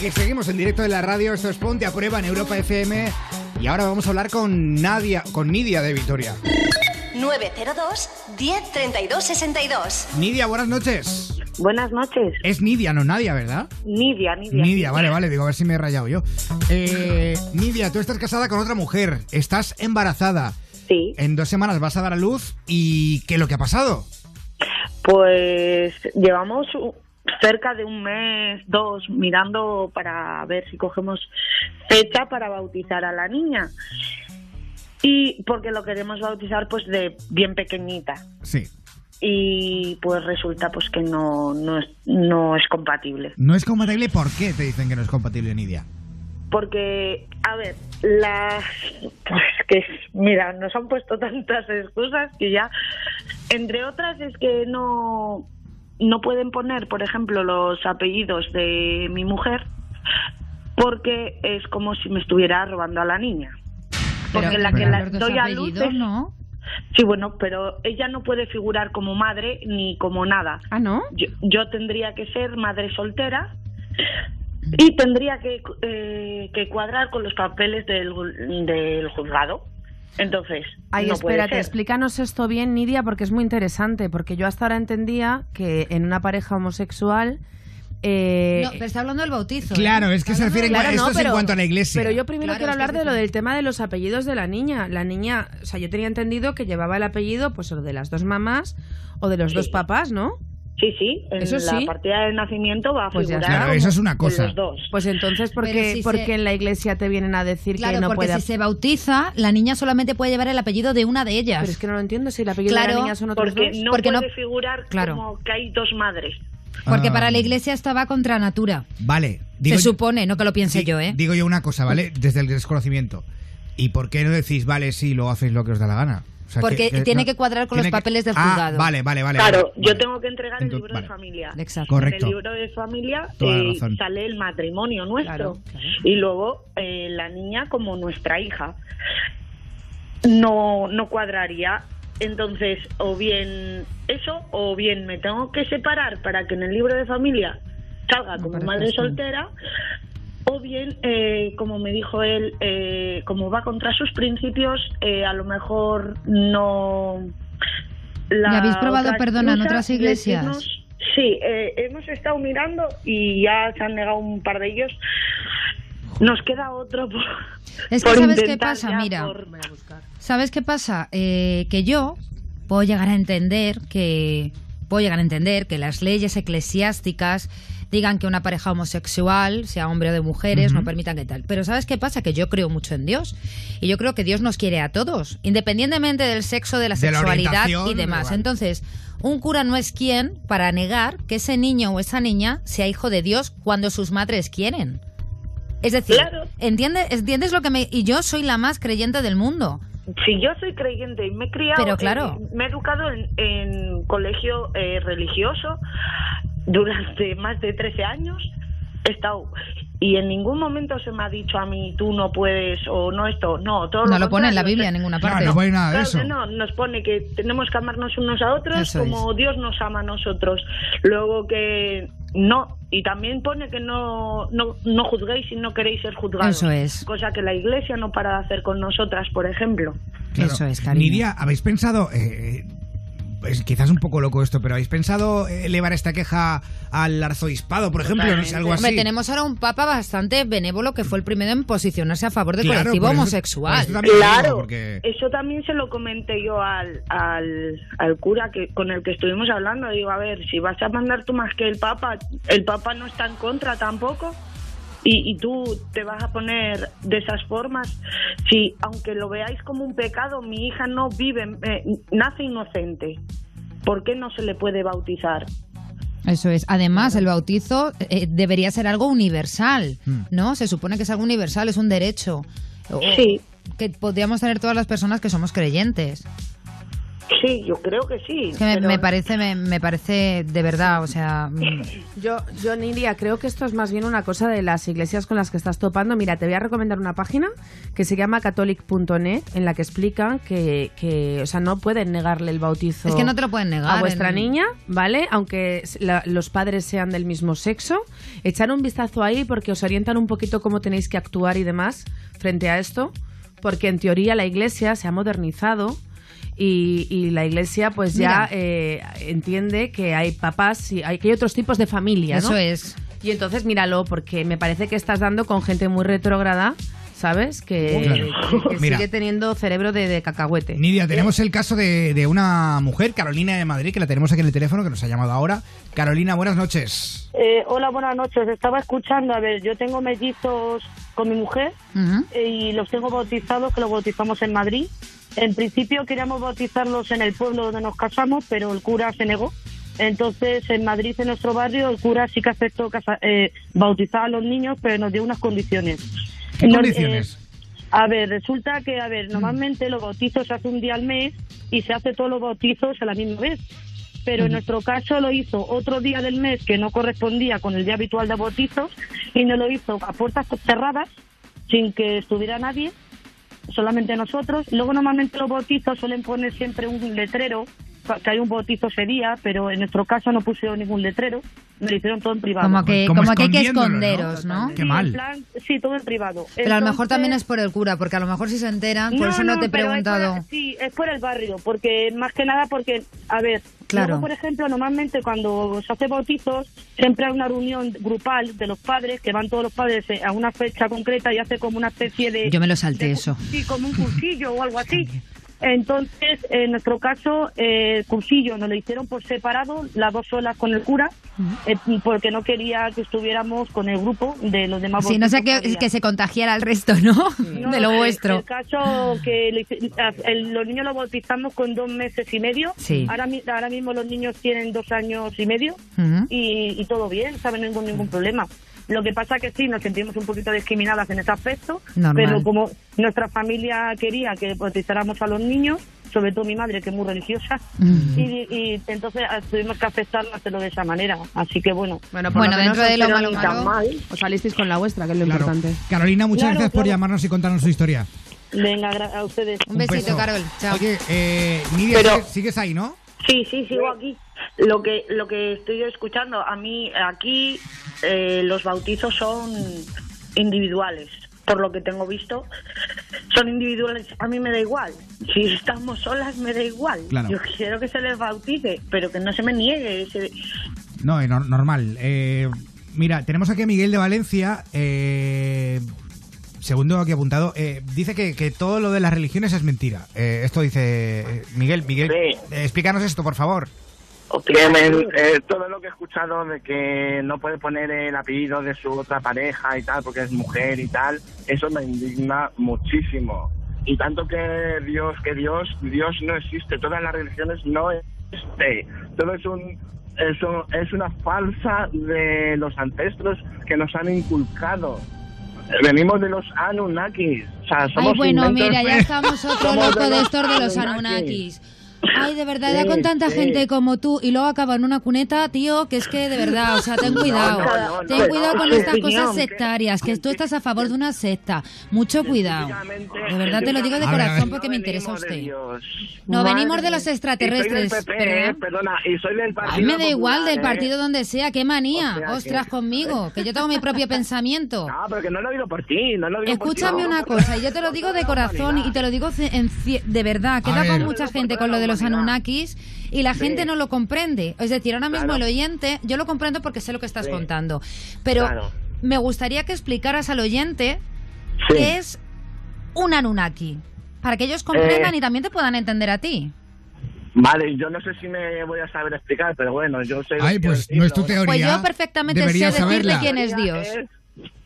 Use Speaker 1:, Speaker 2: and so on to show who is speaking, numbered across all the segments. Speaker 1: que seguimos en directo de la radio. Esto es Ponte a Prueba en Europa FM. Y ahora vamos a hablar con Nadia, con Nidia de Vitoria.
Speaker 2: 902 10 32 62.
Speaker 1: Nidia, buenas noches.
Speaker 3: Buenas noches.
Speaker 1: Es Nidia, no Nadia, ¿verdad?
Speaker 3: Nidia, Nidia.
Speaker 1: Nidia, vale, vale, digo, a ver si me he rayado yo. Eh, Nidia, tú estás casada con otra mujer, estás embarazada.
Speaker 3: Sí.
Speaker 1: En dos semanas vas a dar a luz y ¿qué es lo que ha pasado?
Speaker 3: Pues llevamos u- cerca de un mes, dos, mirando para ver si cogemos fecha para bautizar a la niña. Y porque lo queremos bautizar pues de bien pequeñita.
Speaker 1: Sí.
Speaker 3: Y pues resulta pues que no, no, es, no es compatible.
Speaker 1: No es compatible, ¿por qué te dicen que no es compatible, Nidia?
Speaker 3: Porque, a ver, las... Pues que, mira, nos han puesto tantas excusas que ya... Entre otras es que no, no pueden poner, por ejemplo, los apellidos de mi mujer porque es como si me estuviera robando a la niña. Porque
Speaker 1: Pero-
Speaker 3: la
Speaker 1: pero-
Speaker 3: que la
Speaker 4: Los dos
Speaker 3: doy a luz...
Speaker 4: apellidos,
Speaker 3: es-
Speaker 4: ¿no?
Speaker 3: Sí, bueno, pero ella no puede figurar como madre ni como nada
Speaker 4: Ah, ¿no?
Speaker 3: yo, yo tendría que ser madre soltera y tendría que, eh, que cuadrar con los papeles del, del juzgado. Entonces,
Speaker 5: Ay,
Speaker 3: no puede
Speaker 5: espérate,
Speaker 3: ser.
Speaker 5: explícanos esto bien, Nidia, porque es muy interesante. Porque yo hasta ahora entendía que en una pareja homosexual. eh,
Speaker 4: No, pero está hablando del bautizo. ¿eh?
Speaker 1: Claro, es que
Speaker 4: Está
Speaker 1: se refiere
Speaker 4: hablando
Speaker 1: en cua- esto es en cuanto a la iglesia.
Speaker 5: Pero yo primero
Speaker 4: Claro,
Speaker 5: quiero
Speaker 4: es que este
Speaker 5: hablar
Speaker 4: es
Speaker 5: de lo
Speaker 4: diferente.
Speaker 5: del tema de los apellidos de la niña. La niña, o sea, yo tenía entendido que llevaba el apellido, pues, o de las dos mamás o de los
Speaker 3: Sí.
Speaker 5: dos papás, ¿no?
Speaker 3: Sí, sí, en
Speaker 5: Eso
Speaker 3: la
Speaker 5: sí.
Speaker 3: partida de nacimiento va a
Speaker 5: Pues ya
Speaker 3: figurar
Speaker 5: está.
Speaker 1: Claro, eso es una
Speaker 3: con
Speaker 1: cosa.
Speaker 3: los dos.
Speaker 5: Pues entonces, ¿por
Speaker 4: Pero
Speaker 5: qué,
Speaker 4: si
Speaker 5: por
Speaker 4: se-
Speaker 5: qué en la iglesia te vienen a decir
Speaker 4: Claro,
Speaker 5: que no
Speaker 4: porque
Speaker 5: puede...
Speaker 4: si se bautiza, la niña solamente puede llevar el apellido de una de ellas.
Speaker 5: Pero es que no lo entiendo, si el apellido de
Speaker 4: Claro,
Speaker 5: la niña son otros
Speaker 3: porque
Speaker 5: dos.
Speaker 3: no
Speaker 4: porque no-
Speaker 3: puede figurar
Speaker 4: Claro.
Speaker 3: como que hay dos madres.
Speaker 4: Porque
Speaker 1: Ah,
Speaker 4: para la iglesia esto va contra natura.
Speaker 1: Vale.
Speaker 4: se
Speaker 1: yo-
Speaker 4: supone, no que lo piense
Speaker 1: di-
Speaker 4: yo, ¿eh?
Speaker 1: Digo yo una cosa, ¿vale? Desde el desconocimiento. ¿Y por qué no decís, vale, sí, luego hacéis lo que os da la gana? O sea,
Speaker 4: Porque tiene que cuadrar con los
Speaker 1: tiene
Speaker 4: papeles del
Speaker 1: Ah,
Speaker 4: juzgado.
Speaker 1: vale, vale, vale.
Speaker 3: claro,
Speaker 1: vale,
Speaker 3: yo
Speaker 1: vale.
Speaker 3: tengo que entregar
Speaker 1: Entonces,
Speaker 3: el libro
Speaker 1: vale.
Speaker 3: de familia.
Speaker 4: Exacto.
Speaker 1: Correcto.
Speaker 3: En el libro de familia
Speaker 1: Toda la
Speaker 3: eh,
Speaker 1: razón.
Speaker 3: sale el matrimonio nuestro
Speaker 5: Claro, claro.
Speaker 3: y luego eh, la niña como nuestra hija. No, no cuadraría. Entonces, o bien eso, o bien me tengo que separar para que en el libro de familia salga
Speaker 5: Me
Speaker 3: como
Speaker 5: parece
Speaker 3: madre
Speaker 5: así.
Speaker 3: soltera, o bien, eh, como me dijo él, eh, como va contra sus principios, eh, a lo mejor no... la
Speaker 4: ¿Y habéis probado
Speaker 3: otra
Speaker 4: perdón en
Speaker 3: excusa,
Speaker 4: otras iglesias?
Speaker 3: decirnos- Sí, eh, hemos estado mirando y ya se han negado un par de ellos. Nos queda otro por,
Speaker 4: Es que
Speaker 3: por
Speaker 4: ¿sabes qué
Speaker 3: intentar
Speaker 4: pasa?
Speaker 3: ya,
Speaker 4: Mira.
Speaker 3: por-
Speaker 4: ¿Sabes qué pasa? Eh, que yo puedo llegar a entender que puedo llegar a entender que las leyes eclesiásticas digan que una pareja homosexual, sea hombre o de mujeres, no permitan que tal. Pero ¿sabes qué pasa? Que yo creo mucho en Dios. Y yo creo que Dios nos quiere a todos, independientemente del sexo, de la
Speaker 1: De la
Speaker 4: sexualidad y
Speaker 1: orientación,
Speaker 4: demás.
Speaker 1: vale.
Speaker 4: Entonces, un cura no es quien para negar que ese niño o esa niña sea hijo de Dios cuando sus madres quieren. Es decir,
Speaker 3: Claro.
Speaker 4: ¿entiendes, ¿entiendes lo que me...? Y yo soy la más creyente del mundo.
Speaker 3: Si yo soy creyente y me he criado,
Speaker 4: Pero claro.
Speaker 3: eh, me he educado en, en colegio eh, religioso durante más de 13 años. He estado y en ningún momento se me ha dicho a mí tú no puedes o no esto, no, todo
Speaker 4: No lo pone en la
Speaker 3: contrario.
Speaker 4: Biblia en ninguna
Speaker 1: Claro,
Speaker 4: parte.
Speaker 1: no pone nada de
Speaker 3: Claro
Speaker 1: eso.
Speaker 3: que no, nos pone que tenemos que amarnos unos a otros
Speaker 4: Eso
Speaker 3: como Dios nos ama a nosotros. Luego que no, y también pone que no, no, no juzguéis si no queréis ser juzgados.
Speaker 4: Eso es.
Speaker 3: Cosa que la iglesia no para de hacer con nosotras, por ejemplo.
Speaker 4: Eso es, cariño.
Speaker 1: Nidia, ¿habéis pensado.? eh, es quizás un poco loco esto, pero ¿habéis pensado eh, elevar esta queja al arzobispado, por ejemplo? No sé, algo así.
Speaker 4: Hombre, tenemos ahora un papa bastante benévolo que fue el primero en posicionarse a favor del
Speaker 1: Claro,
Speaker 4: colectivo
Speaker 1: por eso- por
Speaker 4: homosexual.
Speaker 1: eso también digo,
Speaker 3: Claro,
Speaker 1: porque-
Speaker 3: eso también se lo comenté yo al, al, al cura que con el que estuvimos hablando. Digo, a ver, si vas a mandar tú más que el Papa, el Papa no está en contra tampoco. Y, y tú te vas a poner de esas formas. Si, aunque lo veáis como un pecado, mi hija no vive, eh, nace inocente. ¿Por qué no se le puede bautizar?
Speaker 4: Eso es. Además, el bautizo eh, debería ser algo universal,
Speaker 1: Mm.
Speaker 4: ¿no? Se supone que es algo universal, es un derecho. O-
Speaker 3: Sí.
Speaker 4: Que podríamos tener todas las personas que somos creyentes.
Speaker 6: Sí, yo creo que sí.
Speaker 4: Es que me,
Speaker 6: pero-
Speaker 4: me parece, me, me parece de verdad, o sea, mm,
Speaker 5: Yo, yo Nidia, creo que esto es más bien una cosa de las iglesias con las que estás topando. Mira, te voy a recomendar una página que se llama catholic.net en la que explican que, que, o sea, no pueden negarle el bautizo
Speaker 4: es que no te lo pueden negar.
Speaker 5: a vuestra
Speaker 4: en-
Speaker 5: niña, ¿vale? Aunque s- la- los padres sean del mismo sexo, echar un vistazo ahí porque os orientan un poquito cómo tenéis que actuar y demás frente a esto, porque en teoría la iglesia se ha modernizado. Y, y la iglesia pues ya
Speaker 4: Mira.
Speaker 5: eh, entiende que hay papás y hay, que hay otros tipos de familia,
Speaker 4: Eso
Speaker 5: ¿no?
Speaker 4: es.
Speaker 5: Y entonces míralo, porque me parece que estás dando con gente muy retrógrada, ¿sabes? Que,
Speaker 1: Oh, Claro.
Speaker 5: que
Speaker 1: Mira.
Speaker 5: sigue teniendo cerebro de, de cacahuete.
Speaker 1: Nidia, tenemos el caso de, de una mujer, Carolina de Madrid, que la tenemos aquí en el teléfono, que nos ha llamado ahora. Carolina, buenas noches.
Speaker 6: Eh, hola, buenas noches. Estaba escuchando, a ver, yo tengo mellizos con mi mujer
Speaker 4: Ujú.
Speaker 6: eh, y los tengo bautizados, que los bautizamos en Madrid. En principio queríamos bautizarlos en el pueblo donde nos casamos, pero el cura se negó. Entonces, en Madrid, en nuestro barrio, el cura sí que aceptó casa- eh, bautizar a los niños, pero nos dio unas condiciones.
Speaker 1: ¿Qué
Speaker 6: Nos-
Speaker 1: condiciones?
Speaker 6: eh, a ver, resulta que, a
Speaker 1: Mm.
Speaker 6: ver, normalmente los bautizos se hace un día al mes y se hace todos los bautizos a la misma vez. Pero
Speaker 1: Mm.
Speaker 6: en nuestro caso lo hizo otro día del mes que no correspondía con el día habitual de bautizos y nos lo hizo a puertas cerradas, sin que estuviera nadie, solamente nosotros. Luego normalmente los bautizos suelen poner siempre un letrero, pa- que hay un bautizo ese día, pero en nuestro caso no pusieron ningún letrero, me lo hicieron todo en privado.
Speaker 4: Como que,
Speaker 1: Como
Speaker 4: como que hay que
Speaker 1: escondiéndolo, ¿no?
Speaker 4: esconderos, ¿no?
Speaker 1: Qué
Speaker 6: Sí, en
Speaker 1: mal.
Speaker 6: plan- sí, todo en privado.
Speaker 4: Pero a lo mejor
Speaker 6: Entonces-
Speaker 4: también es por el cura, porque a lo mejor si se enteran, por eso no, te he
Speaker 6: pero es
Speaker 4: preguntado.
Speaker 6: por- sí, es por el barrio, porque más que nada porque, a ver,
Speaker 4: Claro.
Speaker 6: luego, por ejemplo, normalmente cuando se hace bautizos, siempre hay una reunión grupal de los padres, que van todos los padres eh, a una fecha concreta y hace como una especie de...
Speaker 4: Yo me lo salté
Speaker 6: de-
Speaker 4: eso.
Speaker 6: Sí, como un cursillo o algo así. Entonces, en nuestro caso, eh, el cursillo nos lo hicieron por separado, las dos solas con el cura, eh, porque no quería que estuviéramos con el grupo de los demás.
Speaker 4: Sí, no sé
Speaker 6: bautizos
Speaker 4: que,
Speaker 6: había.
Speaker 4: que se contagiara el resto, ¿no?
Speaker 6: No,
Speaker 4: De lo
Speaker 6: el-
Speaker 4: vuestro.
Speaker 7: eh,
Speaker 6: El caso que lo hice- el- los niños los bautizamos con dos meses y medio.
Speaker 4: Sí.
Speaker 6: Ahora, mi- ahora mismo los niños tienen dos años y medio
Speaker 4: Ujú.
Speaker 6: y, y todo bien, ¿saben? No tengo ningún problema. Lo que pasa que sí, nos sentimos un poquito discriminadas en este aspecto,
Speaker 4: Normal.
Speaker 6: pero como nuestra familia quería que bautizáramos a los niños, sobre todo mi madre, que es muy religiosa,
Speaker 4: Mm.
Speaker 6: y, y entonces ah, tuvimos que aceptarlo hacerlo de esa manera. Así que bueno,
Speaker 5: Bueno,
Speaker 4: Bueno, dentro
Speaker 5: os
Speaker 4: de lo
Speaker 5: dieron
Speaker 4: malo,
Speaker 5: ni
Speaker 4: malo.
Speaker 5: tan mal. Os salisteis con la vuestra, que es lo
Speaker 1: Claro.
Speaker 5: importante.
Speaker 1: Carolina, muchas
Speaker 6: Claro,
Speaker 1: gracias por
Speaker 6: claro.
Speaker 1: llamarnos y contarnos su historia.
Speaker 6: venga, gra- a ustedes.
Speaker 4: Un besito,
Speaker 1: beso.
Speaker 4: Carol. Chao.
Speaker 1: Oye, eh, Nidia,
Speaker 3: Pero-
Speaker 1: ¿sigues- sigues ahí, ¿no?
Speaker 3: Sí, sí, sigo aquí. Lo que lo que estoy yo escuchando, a mí aquí eh, los bautizos son individuales, por lo que tengo visto. Son individuales, a mí me da igual. Si estamos solas, me da igual.
Speaker 1: Claro.
Speaker 3: Yo quiero que se les bautice, pero que no se me niegue. ese-
Speaker 1: No, eh, no- normal. Eh, mira, tenemos aquí a Miguel de Valencia. Eh, segundo aquí apuntado. Eh, dice que, que todo lo de las religiones es mentira. Eh, esto dice eh, Miguel. Miguel,
Speaker 7: Sí.
Speaker 1: eh, explícanos esto, por favor.
Speaker 7: Que me- eh, todo lo que he escuchado de que no puede poner el apellido de su otra pareja y tal, porque es mujer y tal, eso me indigna muchísimo. Y tanto que Dios, que Dios, Dios no existe, todas las religiones no existen. Todo es un eso es una falsa de los ancestros que nos han inculcado. Venimos de los Anunnakis. O sea, somos
Speaker 4: Ay, bueno,
Speaker 7: inventos- ¿eh?
Speaker 4: mira, ya estamos otro
Speaker 7: Somos
Speaker 4: loco de
Speaker 7: los
Speaker 4: estos de los
Speaker 7: Anunnakis.
Speaker 4: Anunnakis. Ay, de verdad,
Speaker 7: Sí,
Speaker 4: da con tanta
Speaker 7: sí.
Speaker 4: gente como tú y luego acaba en una cuneta, tío, que es que de verdad, o sea, ten cuidado.
Speaker 7: no, no,
Speaker 4: ten
Speaker 7: no,
Speaker 4: cuidado
Speaker 7: no,
Speaker 4: con
Speaker 7: no,
Speaker 4: estas
Speaker 7: opinión,
Speaker 4: cosas
Speaker 7: que-
Speaker 4: sectarias, que tú estás a favor de una secta. Mucho cuidado.
Speaker 7: Científicamente-
Speaker 4: De verdad te lo digo de
Speaker 1: A ver, a ver.
Speaker 4: corazón porque
Speaker 7: No
Speaker 4: me interesa
Speaker 7: venimos de
Speaker 4: usted.
Speaker 7: Dios.
Speaker 4: No,
Speaker 5: Madre
Speaker 4: venimos de los
Speaker 7: Y
Speaker 4: extraterrestres.
Speaker 7: soy del PP,
Speaker 4: ¿verdad?
Speaker 7: eh, perdona, y soy del partido.
Speaker 4: A mí me da igual
Speaker 7: Popular,
Speaker 4: del
Speaker 7: eh.
Speaker 4: partido donde sea, qué manía.
Speaker 7: O sea,
Speaker 4: Ostras,
Speaker 7: que-
Speaker 4: conmigo, que yo tengo mi propio pensamiento.
Speaker 7: No, pero que no lo digo por ti, no lo digo por ti,
Speaker 4: Escúchame
Speaker 7: no,
Speaker 4: una
Speaker 7: por
Speaker 4: cosa,
Speaker 7: toda-
Speaker 4: y yo te lo
Speaker 7: por
Speaker 4: digo
Speaker 7: toda
Speaker 4: de
Speaker 7: la
Speaker 4: corazón y
Speaker 7: humanidad.
Speaker 4: te lo digo ce- en cie- de verdad,
Speaker 1: A
Speaker 4: queda
Speaker 1: ver.
Speaker 4: con mucha gente con lo de los
Speaker 7: Por toda la
Speaker 4: Anunnakis y la gente no lo comprende. Es decir, ahora mismo
Speaker 7: Claro.
Speaker 4: el oyente, yo lo comprendo porque sé lo que estás
Speaker 7: Sí.
Speaker 4: contando, pero
Speaker 7: Claro.
Speaker 4: me gustaría que explicaras al oyente
Speaker 7: Sí.
Speaker 4: qué es un Anunnaki, para que ellos comprendan
Speaker 7: Eh.
Speaker 4: y también te puedan entender a ti.
Speaker 7: Vale, yo no sé si me voy a saber explicar, pero bueno, yo sé.
Speaker 1: Ay, pues no es tu teoría.
Speaker 4: Pues yo perfectamente sé
Speaker 1: Deberías
Speaker 4: decirte
Speaker 1: saberla.
Speaker 4: quién es Dios.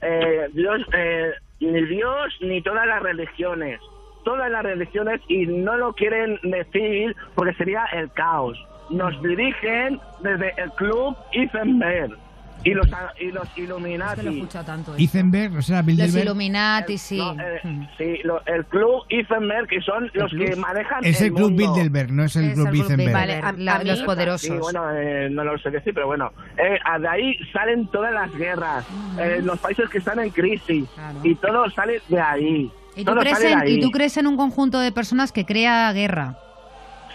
Speaker 7: eh, Dios, eh, ni Dios ni todas las religiones. Todas las religiones y no lo quieren decir porque sería el caos. Nos dirigen desde el club Isenberg. Y los, y los
Speaker 4: Es
Speaker 7: Illuminati.
Speaker 4: que lo he escuchado tanto. ¿eh? esto.
Speaker 1: Isenberg, o sea,
Speaker 4: Los
Speaker 1: Bilderberg.
Speaker 4: Illuminati, sí.
Speaker 7: No, eh,
Speaker 4: Mm.
Speaker 7: sí, lo- el club Isenberg, que son los que manejan
Speaker 1: Es el club
Speaker 7: mundo.
Speaker 1: Bilderberg, no es el
Speaker 4: Es
Speaker 1: club
Speaker 4: el club
Speaker 1: Isenberg.
Speaker 4: Bilderberg. Vale,
Speaker 5: A-
Speaker 4: la-
Speaker 5: a mí-
Speaker 4: los poderosos.
Speaker 7: Sí, bueno, eh, no lo sé decir, pero bueno, eh, a- de ahí salen todas las guerras, eh, los países que están en crisis,
Speaker 4: Claro.
Speaker 7: y todo sale de ahí.
Speaker 4: ¿Y tú,
Speaker 7: todo
Speaker 4: crees
Speaker 7: sale de
Speaker 4: en,
Speaker 7: ahí.
Speaker 4: y tú crees en un conjunto de personas que crea guerra.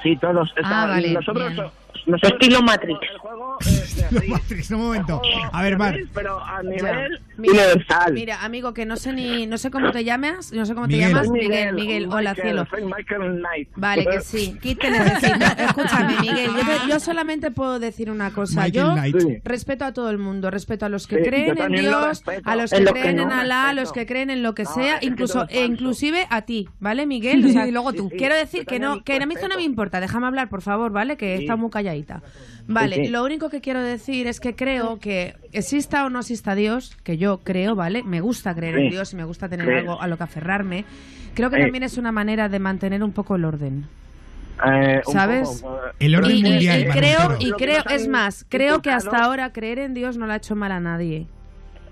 Speaker 7: Sí, todos. Está-
Speaker 4: vale,
Speaker 7: nosotros,
Speaker 4: bien.
Speaker 7: nosotros-
Speaker 6: Estilo Matrix.
Speaker 7: El juego eh, de
Speaker 1: No,
Speaker 7: Riz,
Speaker 1: Matrix, un momento.
Speaker 7: el juego
Speaker 1: A ver,
Speaker 7: de
Speaker 1: Mar,
Speaker 7: Riz, Pero a
Speaker 5: Ya.
Speaker 7: nivel
Speaker 5: Mira,
Speaker 7: universal.
Speaker 5: Mira, amigo, que no sé ni no sé cómo te llamas, no sé cómo
Speaker 1: Miguel.
Speaker 5: te llamas,
Speaker 4: Pues
Speaker 7: Soy
Speaker 5: Miguel, Miguel, hola
Speaker 7: Michael,
Speaker 5: cielo.
Speaker 7: soy Michael Knight.
Speaker 5: Vale, que sí. ¿Qué te necesito? Escúchame, Miguel, yo, te- yo solamente puedo decir una cosa.
Speaker 1: Michael
Speaker 5: yo
Speaker 1: Knight.
Speaker 7: Sí.
Speaker 5: respeto a todo el mundo, respeto a los que
Speaker 7: Sí, yo
Speaker 5: creen en
Speaker 7: también lo
Speaker 5: Dios,
Speaker 7: respeto.
Speaker 5: a los
Speaker 7: En
Speaker 5: que
Speaker 7: lo que
Speaker 5: creen
Speaker 7: no
Speaker 5: en Alá, a
Speaker 7: respeto.
Speaker 5: los que creen en lo que
Speaker 7: No,
Speaker 5: sea,
Speaker 7: es que todo
Speaker 5: incluso
Speaker 7: es
Speaker 5: e
Speaker 7: falso.
Speaker 5: inclusive a ti, ¿vale, Miguel? O sea,
Speaker 4: Y luego tú.
Speaker 7: Sí, sí,
Speaker 5: Quiero
Speaker 7: yo
Speaker 5: decir que
Speaker 7: también
Speaker 5: no, que a mí
Speaker 7: respeto.
Speaker 5: eso no me importa, déjame hablar, por favor, ¿vale? Que he
Speaker 7: Sí.
Speaker 5: estado muy calladita. Vale,
Speaker 7: Sí, sí.
Speaker 5: lo único que quiero decir es que creo que exista o no exista Dios, que yo creo, ¿vale? Me gusta creer en
Speaker 7: Sí.
Speaker 5: Dios y me gusta tener
Speaker 7: Sí.
Speaker 5: algo a lo que aferrarme. Creo que
Speaker 7: Sí.
Speaker 5: también es una manera de mantener un poco el orden.
Speaker 7: Eh, un
Speaker 5: ¿Sabes?
Speaker 7: poco, eh,
Speaker 1: El orden
Speaker 5: Y, y-
Speaker 1: mundial,
Speaker 5: y
Speaker 1: me
Speaker 5: creo,
Speaker 1: refiero.
Speaker 5: y
Speaker 7: Lo que
Speaker 5: creo,
Speaker 7: nos han
Speaker 5: es más, creo que hasta
Speaker 7: inculcado-
Speaker 5: ahora creer en Dios no le ha hecho mal a nadie.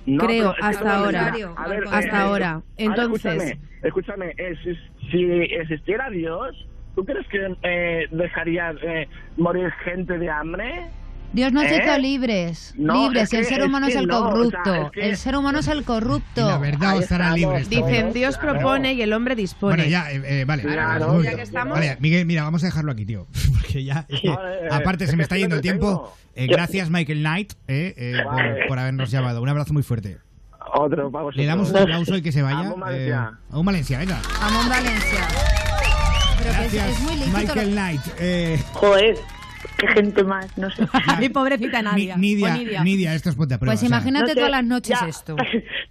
Speaker 7: No,
Speaker 5: Creo,
Speaker 7: pero es que
Speaker 5: hasta
Speaker 7: no es
Speaker 5: ahora.
Speaker 7: verdad. A
Speaker 4: Al
Speaker 7: ver,
Speaker 4: contrario.
Speaker 7: eh,
Speaker 5: Hasta ahora. Entonces-
Speaker 7: escúchame, escúchame, eh, si, si existiera Dios, ¿tú crees que eh, dejaría eh, morir gente de hambre?
Speaker 4: Dios nos
Speaker 7: ¿Eh?
Speaker 4: hizo libres,
Speaker 7: No,
Speaker 4: libres,
Speaker 7: es que-
Speaker 4: el ser
Speaker 7: es
Speaker 4: humano es,
Speaker 7: que
Speaker 4: el
Speaker 7: no, o sea,
Speaker 4: corrupto,
Speaker 7: es que-
Speaker 4: el ser humano es el
Speaker 1: Y
Speaker 4: corrupto.
Speaker 1: la verdad
Speaker 7: Ahí
Speaker 1: os hará
Speaker 7: estamos,
Speaker 1: libres.
Speaker 7: Dios,
Speaker 5: Dicen,
Speaker 7: claro.
Speaker 5: Dios propone y el hombre dispone.
Speaker 1: Bueno, ya, eh, eh, vale.
Speaker 7: Claro,
Speaker 1: Muy
Speaker 7: ya
Speaker 1: bien.
Speaker 7: que estamos.
Speaker 1: Vale, Miguel, mira, vamos a dejarlo aquí, tío. Porque ya. es que,
Speaker 7: Vale,
Speaker 1: aparte,
Speaker 7: es
Speaker 1: se me
Speaker 7: que
Speaker 1: está
Speaker 7: sí
Speaker 1: yendo
Speaker 7: me
Speaker 1: el tiempo.
Speaker 7: entretengo.
Speaker 1: Eh, gracias, Michael Knight, eh, eh, por-
Speaker 7: Vale.
Speaker 1: por, habernos llamado. Un abrazo muy fuerte.
Speaker 7: Otro, vamos.
Speaker 1: Le damos un aplauso y que se vaya.
Speaker 7: Vamos, Valencia.
Speaker 1: Eh, a un Valencia, venga.
Speaker 4: Amón Valencia. Pero que es,
Speaker 1: Gracias,
Speaker 4: es muy lícito.
Speaker 1: Michael Knight. Eh,
Speaker 6: Joder, qué gente más, no sé.
Speaker 5: Mi pobrecita
Speaker 1: Ni-
Speaker 5: Nadia. o
Speaker 1: Nidia,
Speaker 5: Nidia.
Speaker 1: Nidia, esto es ponte a prueba.
Speaker 4: Pues
Speaker 1: o sea,
Speaker 4: imagínate
Speaker 6: No sé,
Speaker 4: todas las noches
Speaker 6: ya.
Speaker 4: esto.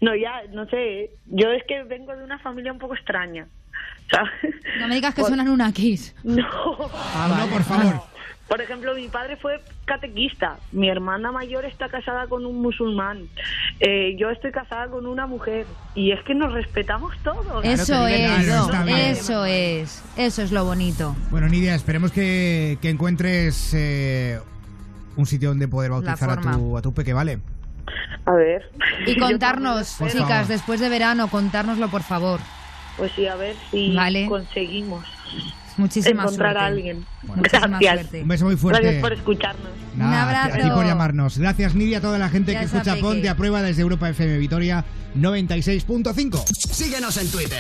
Speaker 6: No, ya, no sé.
Speaker 3: ¿eh?
Speaker 6: Yo es que vengo de una familia un poco extraña. ¿sabes?
Speaker 4: No me
Speaker 7: Pues-
Speaker 4: digas que suenan una kiss.
Speaker 1: Ah,
Speaker 6: No.
Speaker 4: Ah,
Speaker 1: no, por favor.
Speaker 6: Por ejemplo, mi padre fue catequista, mi hermana mayor está casada con un musulmán, eh, yo estoy casada con una mujer y es que nos respetamos todos.
Speaker 4: Eso
Speaker 1: te digo,
Speaker 4: es,
Speaker 1: claro, está bien.
Speaker 4: eso es, eso es lo bonito.
Speaker 1: Bueno, Nidia, esperemos que, que encuentres eh, un sitio donde poder bautizar a
Speaker 4: forma.
Speaker 1: tu, a tu peque, ¿vale?
Speaker 6: A ver.
Speaker 4: Y contarnos,
Speaker 1: Por
Speaker 4: chicas,
Speaker 1: favor.
Speaker 4: después de verano, contárnoslo por favor.
Speaker 6: Pues sí, a ver si
Speaker 4: Vale.
Speaker 6: conseguimos
Speaker 4: Muchísimas
Speaker 6: encontrar a
Speaker 4: suerte.
Speaker 6: alguien.
Speaker 4: Muchísima
Speaker 6: Gracias.
Speaker 4: suerte.
Speaker 1: Un beso muy fuerte.
Speaker 6: Gracias por escucharnos.
Speaker 1: Nada,
Speaker 4: Un abrazo.
Speaker 1: A ti por llamarnos. Gracias, Nidia, a toda la gente
Speaker 4: Ya
Speaker 1: que
Speaker 4: está,
Speaker 1: escucha
Speaker 4: Peque.
Speaker 1: Ponte a Prueba desde Europa FM Vitoria 96.5.
Speaker 8: Síguenos en Twitter.